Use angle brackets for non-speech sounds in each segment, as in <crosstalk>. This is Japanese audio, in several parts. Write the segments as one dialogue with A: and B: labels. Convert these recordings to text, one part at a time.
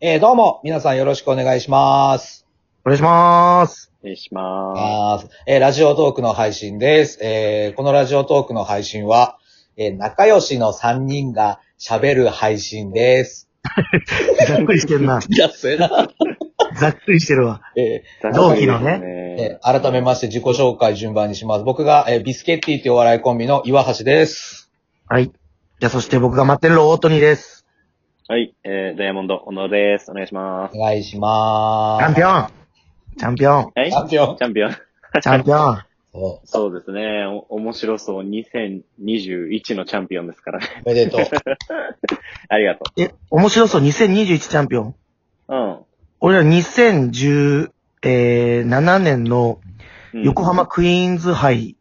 A: えー、どうも、皆さんよろしくお願いします。
B: お願いします。
C: 失礼しま
A: あーえーラジオトークの配信です。えーこのラジオトークの配信は、えー仲良しの3人が喋る配信です。
B: ざっくりしてるな。
A: いや、それな。
B: <laughs> ざっくりしてるわ。
A: え
C: す。
B: 同期のね
A: ーえー改めまして自己紹介順番にします。僕が、えービスケッティというお笑いコンビの岩橋です。
B: はい。じゃあそして僕が待ってるの大谷です。
C: はい、えー、ダイヤモンド、小野です。お願いします。
A: お願いしま
B: チ
A: ー
B: ャン
A: す。
B: ピオンチャンピオン
C: はい、
A: チャンピオン
C: チャンピオ <laughs> ン。
B: <laughs> チャンピオン
A: そう
C: そうですね。お面白そう。2021のチャンピオンですからね。 <laughs>
A: おめでと
B: <laughs>
A: う。
C: ありがと
B: え、面白そう、2021チャンピオン。
C: う。
B: 俺ら2017年の
C: うん。うん
B: 横。浜クイーンズ杯、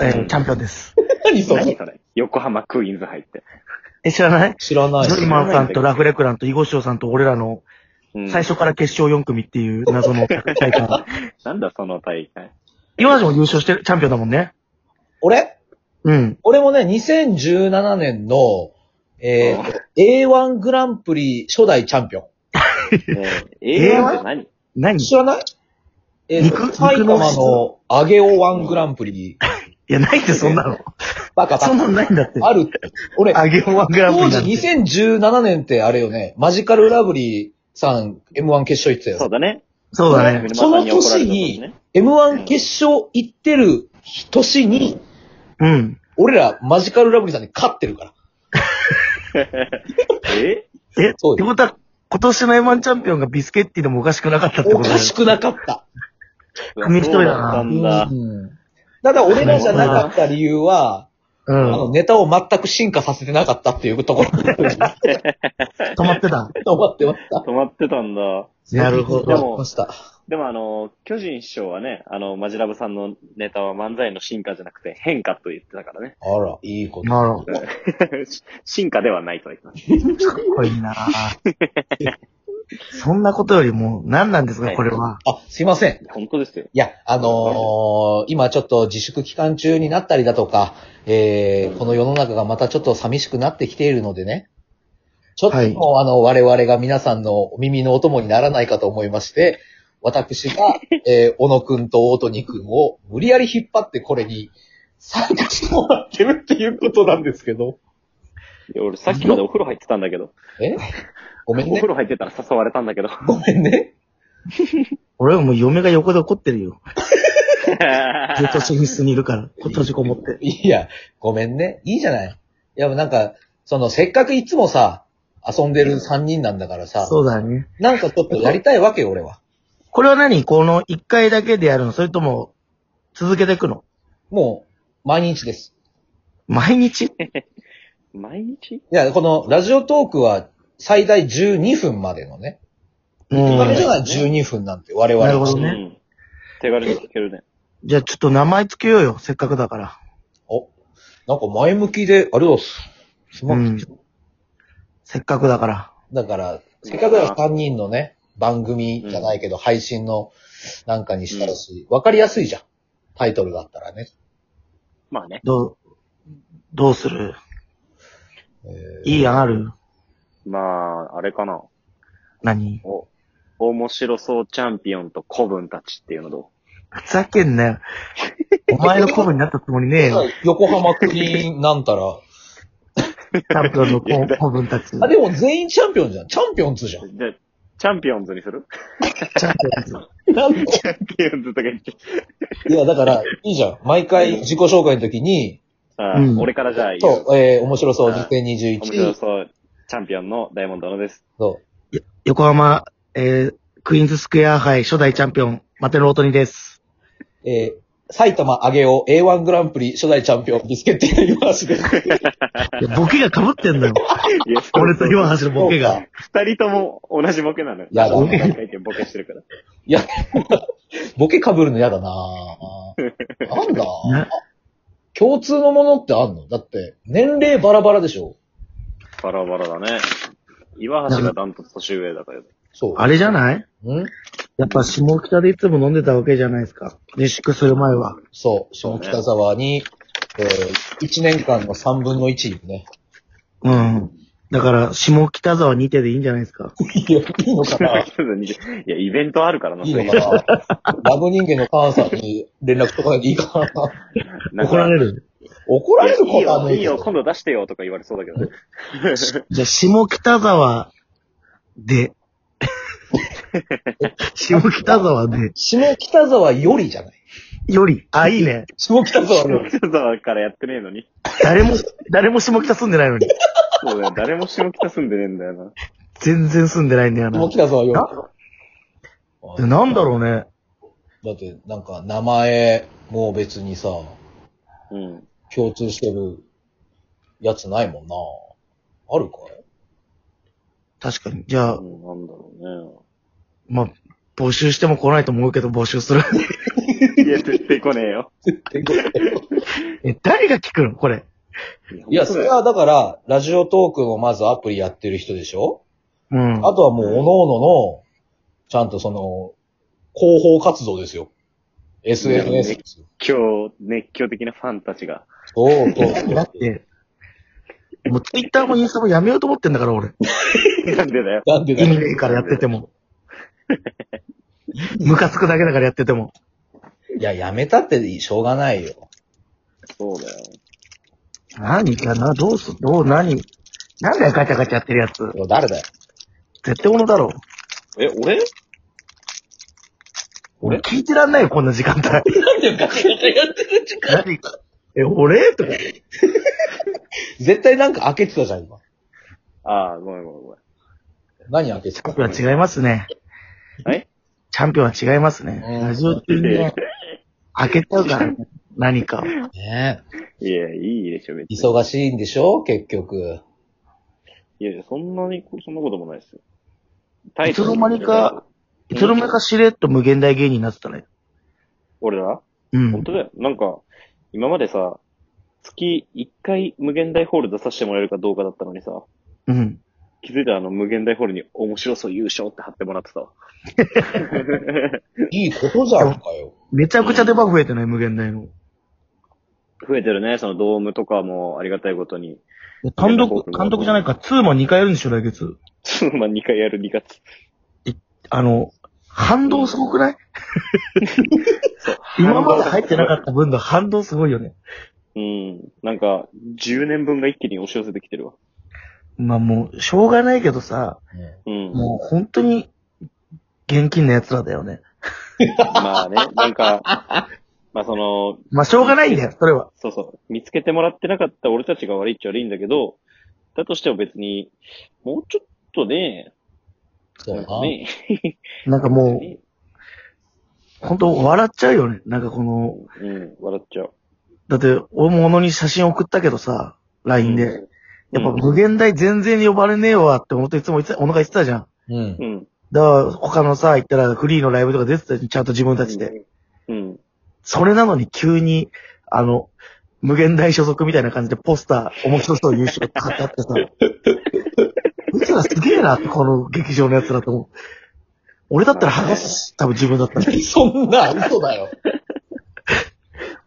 B: えー
C: うん
B: チャンピオンです。
A: 何そ
C: 何
A: れ
C: それ横浜クイーンズ入って。
B: え、知らない
A: 知ら
B: <laughs>
A: ない
B: ジョ。イマンさんとラフレクランとイゴシオさんと俺らの
C: うん
B: 最初から決勝4組っていう謎の大 <laughs> 会。
C: なんだその大会。
B: 岩橋も優勝してるチャンピオンだもんね。
A: 俺
B: うん。
A: 俺もね、2017年の、えー、A1 グランプリ初代チャンピオン。
C: ねえ A1 って何
B: 何い
A: 知らないえー
B: 肉
A: 埼
B: 肉の
A: 玉のアゲオ1グランプリ。
B: や、ないってそん <laughs> なの。
A: バカバ
B: そんな
A: カ。
B: のないんだって。
A: あるって。俺、
B: あげおわグランプ
A: 当
B: リ
A: 時
B: なんて。
A: 2017年ってあれよね、マジカルラブリーさん M1 決勝行って
C: そ
A: た
C: う
A: よ。
C: だね。
B: そうだね。
A: その年に M1 決勝行ってる年に、
B: うん。
A: 俺らマジカルラブリーさんに勝ってるから。
B: え、
C: え
B: って
A: そう
B: こ
A: です
B: とは、今年の M1 チャンピオンがビスケッティでもおかしくなかったってこ
A: お
B: と
A: か
B: だよ
A: しくなかった。
B: 組一人だな
C: そうったんだ
A: うん。だから俺らじゃなかった理由は、
B: う
A: あ
B: ん。
A: の、ネタを全く進化させてなかったっていうところだ
B: 止まってた。
A: と思ってました。
C: 止まってたんだ。
B: なるほ
A: <laughs>
B: ど
A: でもました。
C: でもあの、巨人師匠はね、あの、マジラブさんのネタは漫才の進化じゃなくて変化と言ってたからね。
A: あら、いいこと。
B: なるほど。か
C: <laughs> 進化ではないとは言ってます。
B: っこい
A: <laughs>
B: いなぁそんなことよりも、何なんですか、これは。
A: あ、すいません。
C: 本当ですよ。
A: いや、あのー今ちょっと自粛期間中になったりだとか、えーこの世の中がまたちょっと寂しくなってきているのでね。ちょっともう、
B: はい
A: あの、我々が皆さんのお耳のお供にならないかと思いまして、私
B: <laughs>
A: が、えー小野くんと大谷くんを無理やり引っ張ってこれに参加してもらってるっていうことなんですけど。
C: いや俺さっきまでお風呂入ってたんだけど、
A: えごめん
C: お
B: <laughs>
A: ね
C: 風。呂入ってたら誘われたんだけど。
A: ごめんね。
B: 俺はもう嫁が横で怒ってるよ。ずっと
C: い
B: 寝室にいるから、閉じこもって。
A: <laughs> いや、ごめんね。いいじゃない。いや、なんか、その、せっかくいつもさ、遊んでる3人なんだからさ、
B: そうだね。
A: なんかちょっとやりたいわけよ、俺は。
B: これは何この一回だけでやるのそれとも、続けていくの
A: もう、毎日です。
B: 毎日
C: 毎日
A: いや、この、ラジオトークは、最大12分までのね。
B: う
A: 今のじゃ
B: ん。
A: ない12分なんて、我々
B: なるほど
A: は。
B: ね
C: ん。手軽に聞けるね。
B: じゃあちょっと名前つけようよ。せっかくだから。
A: お、なんか前向きで、ありがとうございます。すま
B: うんん。せっかくだから。
A: だから、せっかくだから3人のね、番組じゃないけど、配信のなんかにしたらし、わかりやすいじゃん。タイトルだったらね。
C: まあね。
B: どう、どうする
A: えー
B: いい案ある
C: まあ、あれかな。
B: 何
C: お、面白そうチャンピオンと古文たちっていうのど
B: ふざけんなよ。お前の子分になったつもり
C: <laughs>
B: ねえよ。
A: 横浜クリーンなんたら。
B: チャンピオンの子子分たち。チ
A: あ、でも全員チャンピオンじゃん。チャンピオンズじゃ
C: うじゃあ、チャンピオンズにす <laughs> る
B: ャンピオンズ。
A: ん。なんで
C: チャンピオンズとか言って。
A: いや、だから、いいじゃん。毎回自己紹介の時に、
C: ああ
B: うん
C: 俺からじゃあ言う
A: そう、えー、面白そう
C: 面白
A: 2021。
C: そうチャンピオンのダイヤモンドのです。
A: そう。
B: 横浜、えー、クイーンズスクエア杯初代チャンピオン、マテロオトニです。
A: えー、埼玉あげお A1 グランプリ初代チャンピオン、ビスケットの岩橋です。 <laughs>
B: いやボケが被ってんだよ。
C: いやそう
B: 俺と岩橋のボケが。
C: 二人とも同じボケなのよ。
A: やだ
C: 何回転ボケしてるから。
A: いや、ボケ被るの嫌だなぁなんだ
B: な
A: 共通のものってあんのだって、年齢バラバラでしょ
C: バラバラだね。岩橋がダントツ年上だから。
A: そう。
B: あれじゃない
A: ん
B: やっぱ下北でいつも飲んでたわけじゃないですか。自粛する前は。
A: そう。下北沢に、えー、1年間の3分の1にね、
B: うん。だから、下北沢2手でいいんじゃないですか。
A: いや、いいのかな
C: <laughs> いや、イベントあるからな、
A: いい
C: そ
A: の
C: ういう
A: かなラブ人間の母さんに連絡とかでいいかな
C: なんか
B: 怒られる。
A: 怒られる
C: いやいい
A: ことは
C: よ、
A: ない
C: いい
A: けど
C: よ、今度出してよとか言われそうだけどね。
B: じゃあ、下北沢 <laughs> で。下北沢で。
A: 下北沢よりじゃない
B: より。あ、いいね。
A: 下北沢
C: <laughs>
A: より。
C: 北沢からやってねえのに。
B: 誰も、誰も下北住んでないのに。
C: そうだよ、誰も下北住んでねえんだよな。
B: 全然住んでないんだよな
A: 下。北沢よ
B: で
A: り。
B: なんだろうね。
A: だって、なんか、名前、もう別にさ、
C: うん。
A: 共通してるやつないもんな。あるかい
B: 確かに。じゃあ
C: う、んなんだろ
B: まあ、募集しても来ないと思うけど募集する。 <laughs>
C: うね。いや、絶対来ねえよ。
B: え、誰が聞くのこれ。
A: いや、それはだから、ラジオトークをまずアプリやってる人でしょ
B: うん。
A: あとはもう、各々の、ちゃんとその、広報活動ですよ。SNS ですよ。
C: 今日、熱狂的なファンたちが。
A: そうそう <laughs> そう。
B: だって、もうツイッターもインスタもやめようと思ってんだから、俺。
C: なんでだよ。
A: なんで
B: 意
A: だ
B: 味
A: よ。
B: ねえからやってても。 <laughs> ムカつくだけだからやってても。
A: いや、やめたってしょうがないよ。
C: そうだよ。
B: 何かなどうすどう何なんだよ、ガチャガチャやってるやつ。
A: 誰だよ。
B: 絶対者だろ。
C: え、俺
A: 俺
B: 聞いてらんないよ、こんな時間帯。何え、俺とか。
A: 絶対なんか開けてたじゃん、今。
C: ああ、ごめんごめんご
A: 何開けてた
B: これは違いますね。
C: めん。え
B: チャンピオンは違いますね。
A: うん
B: ラジオ中にね、開けちゃうから、何かを。
A: ね
C: いや、いいでしょ、別に。
A: 忙しいんでしょ結局。
C: いやいや、そんなに、そんなこともないですよ。
B: いつの間にか。いつの間にかしれっと無限大芸人になってたね。
C: 俺だ
B: う
C: 本
B: ん。
C: 当だよ。なんか、今までさ、月1回無限大ホール出させてもらえるかどうかだったのにさ、
B: うん。
C: 気づいたらあの無限大ホールに面白そう優勝って貼ってもらってたわ。
A: いいことじゃんかよ。
B: めちゃくちゃ出番増えてない、無限大の。
C: 増えてるね、そのドームとかもありがたいことに。 <laughs>
B: 単独、単独じゃないか、2も2回やるんでしょ、来月。
C: そのま2回やる2月。
B: あの、反動すごくない今まで入ってなかった分の反動すごいよね。
C: うん。なんか、10年分が一気に押し寄せてきてるわ。
B: まあもう、しょうがないけどさ、
C: うん。
B: もう本当に、現金の奴らだよね。
C: まあね、なんか、まあその、
B: まあしょうがないんだよ、それは。
C: そうそう。見つけてもらってなかった俺たちが悪いっちゃ悪いんだけど、だとしても別に、もうちょっとね、
A: そう
C: なん
A: な
C: か。ね、
B: なんか
C: <laughs>
B: もう、本当笑っちゃうよね。なんかこの、
C: うん、笑っちゃう。
B: だって、俺も小野に写真送ったけどさ、LINE で。やっぱ無限大全然呼ばれねえわって思っていつもいつ、小野が言ってたじゃん。
A: うん
C: う。ん。
B: だから、他のさ、行ったらフリーのライブとか出てたじゃん、ちゃんと自分たちで。
C: うん。
B: それなのに急に、あの、無限大所属みたいな感じでポスター、面白そう優勝って貼ってあってさ。うちらすげえな、この劇場のやつらと思う。俺だったら剥がすし、多分自分だったら。
A: そんな、嘘だよ。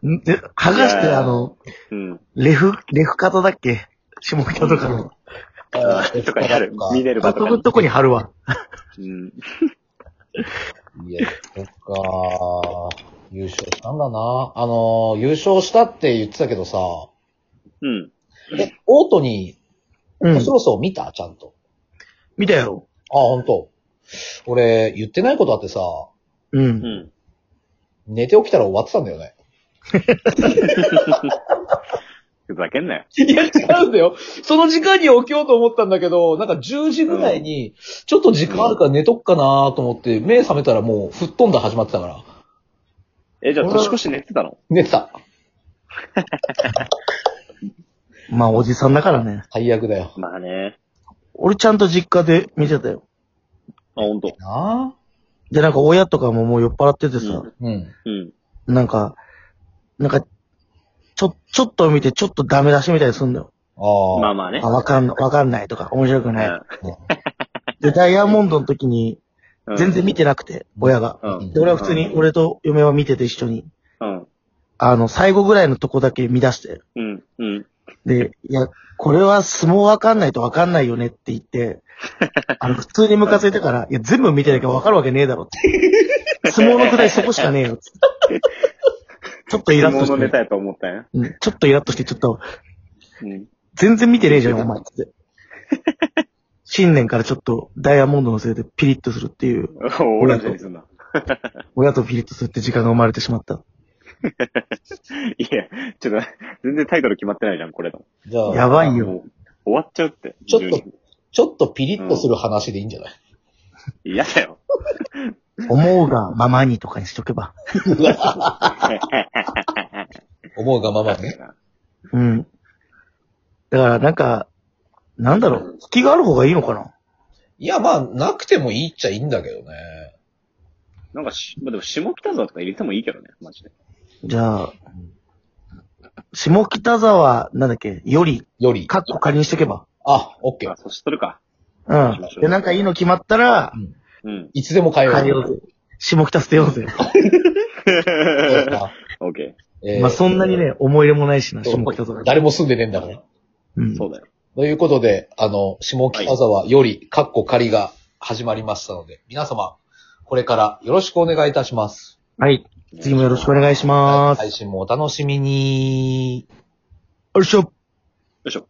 B: んで剥がし
C: い
B: て、
C: や
B: あ
C: ー
B: の、
C: うん。
B: レフ、レフ型だっけ下北とかの。
C: <laughs> とかやる。ミネルバ
B: あそこ
C: とか
B: の。とこに貼るわ。
C: うん。
A: いや、そっか。優勝したんだな。あのー、優勝したって言ってたけどさ、
C: うん。
A: え、オートに、
B: う
A: 面
B: ん。
A: 白そう見たちゃんと。
B: 見たよ。
A: あ、ほんと。俺、言ってないことあってさ、
B: う。
C: うんん。
A: 寝て起きたら終わってたんだよね。
C: ふざけんなよ。
A: いや、違うんだよ。その時間に起きようと思ったんだけど、なんか10時ぐらいに、ちょっと時間あるから寝とくかなと思って、目覚めたらもう、吹っ飛んだ始まってたから。
C: え、じゃあ年越し寝てたの
A: 寝てた。
B: まあ、おじさんだからね。
A: 最悪だよ。
C: まあね。
B: 俺ちゃんと実家で見てたよ。
C: あ、ほんと。
A: なあ
B: で、なんか親とかももう酔っ払っててさ、
A: うん。
C: うん。
B: なんか、なんか、ちょ、ちょっと見て、ちょっとダメ出しみたいにすんだよ。
A: ああ。
C: まあまあね
B: あ、。わかん、わかんないとか、面白くない。
A: うん
B: で、ダイヤモンドの時に、
C: うん
B: 全然見てなくて、親が。
C: うん。
B: で、俺は普通に、俺と嫁は見てて一緒に、
C: うん。
B: あの、最後ぐらいのとこだけ見出して、
C: うん。うん。
B: で、いや、これは相撲わかんないとわかんないよねって言
C: <laughs>
B: って、あの、普通にムカついたから、いや、全部見てなきゃわかるわけねえだろって。相撲のくだりそこしかねえよ
C: <laughs>
B: っつって。ちょっとイラ
C: 相
B: ッと
C: 撲
B: し
C: のネ
B: て、
C: タやと思ったんや。
B: うん、ちょっとイラッとして、ちょっと、
C: うん。
B: 全然見てねえじゃん、お前っつって。新年からちょっとダイヤモンドのせいでピリッとするっていう、
C: オレンジにすんな。
B: 親とピリッとするって時間が生まれてしまった。
C: いや、ちょっと、全然タイトル決まってないじゃん、これの。
A: じゃあ、
B: やばいよ。
C: もう、終わっちゃうって。
A: ちょっと
C: 12分
A: ちょっとピリッとする話でいいんじゃない、
C: 嫌だよ。
B: 思うがままにとかにしとけば。
A: 思うがままね。
B: うん。だからなんか、なんだろう、隙がある方がいいのかない
A: や、まあ、なくてもいいっちゃいいんだけどね。
C: なんかし、まあ、でも、下北沢とか入れてもいいけどね、マジで。
B: じゃあ、下北沢、なんだっけ、より、
A: より。
B: カッコ仮にしとけば。
A: あ、オッケー
C: あ、。そうしとるか。
B: う
C: し
B: ん
C: ましょ。う
B: で、なんかいいの決まったら、
A: <laughs>
C: うん。
A: いつでも通え
B: 変えよ
A: る。
B: うぜ。下北捨てようぜ。
C: オッケ
A: えー
B: <laughs> まあそんなにね、思い入れもないしな、下北沢。
A: 誰も住んでねえんだから。
B: うん
C: ー。。そうだよ。
A: ということで、あの、下北沢より、カッコ仮が始まりましたので、皆様、これからよろしくお願いいたします。
B: はい。次もよろしくお願いします。
A: 配信もお楽しみに。
B: よいしょ。
C: よいしょ。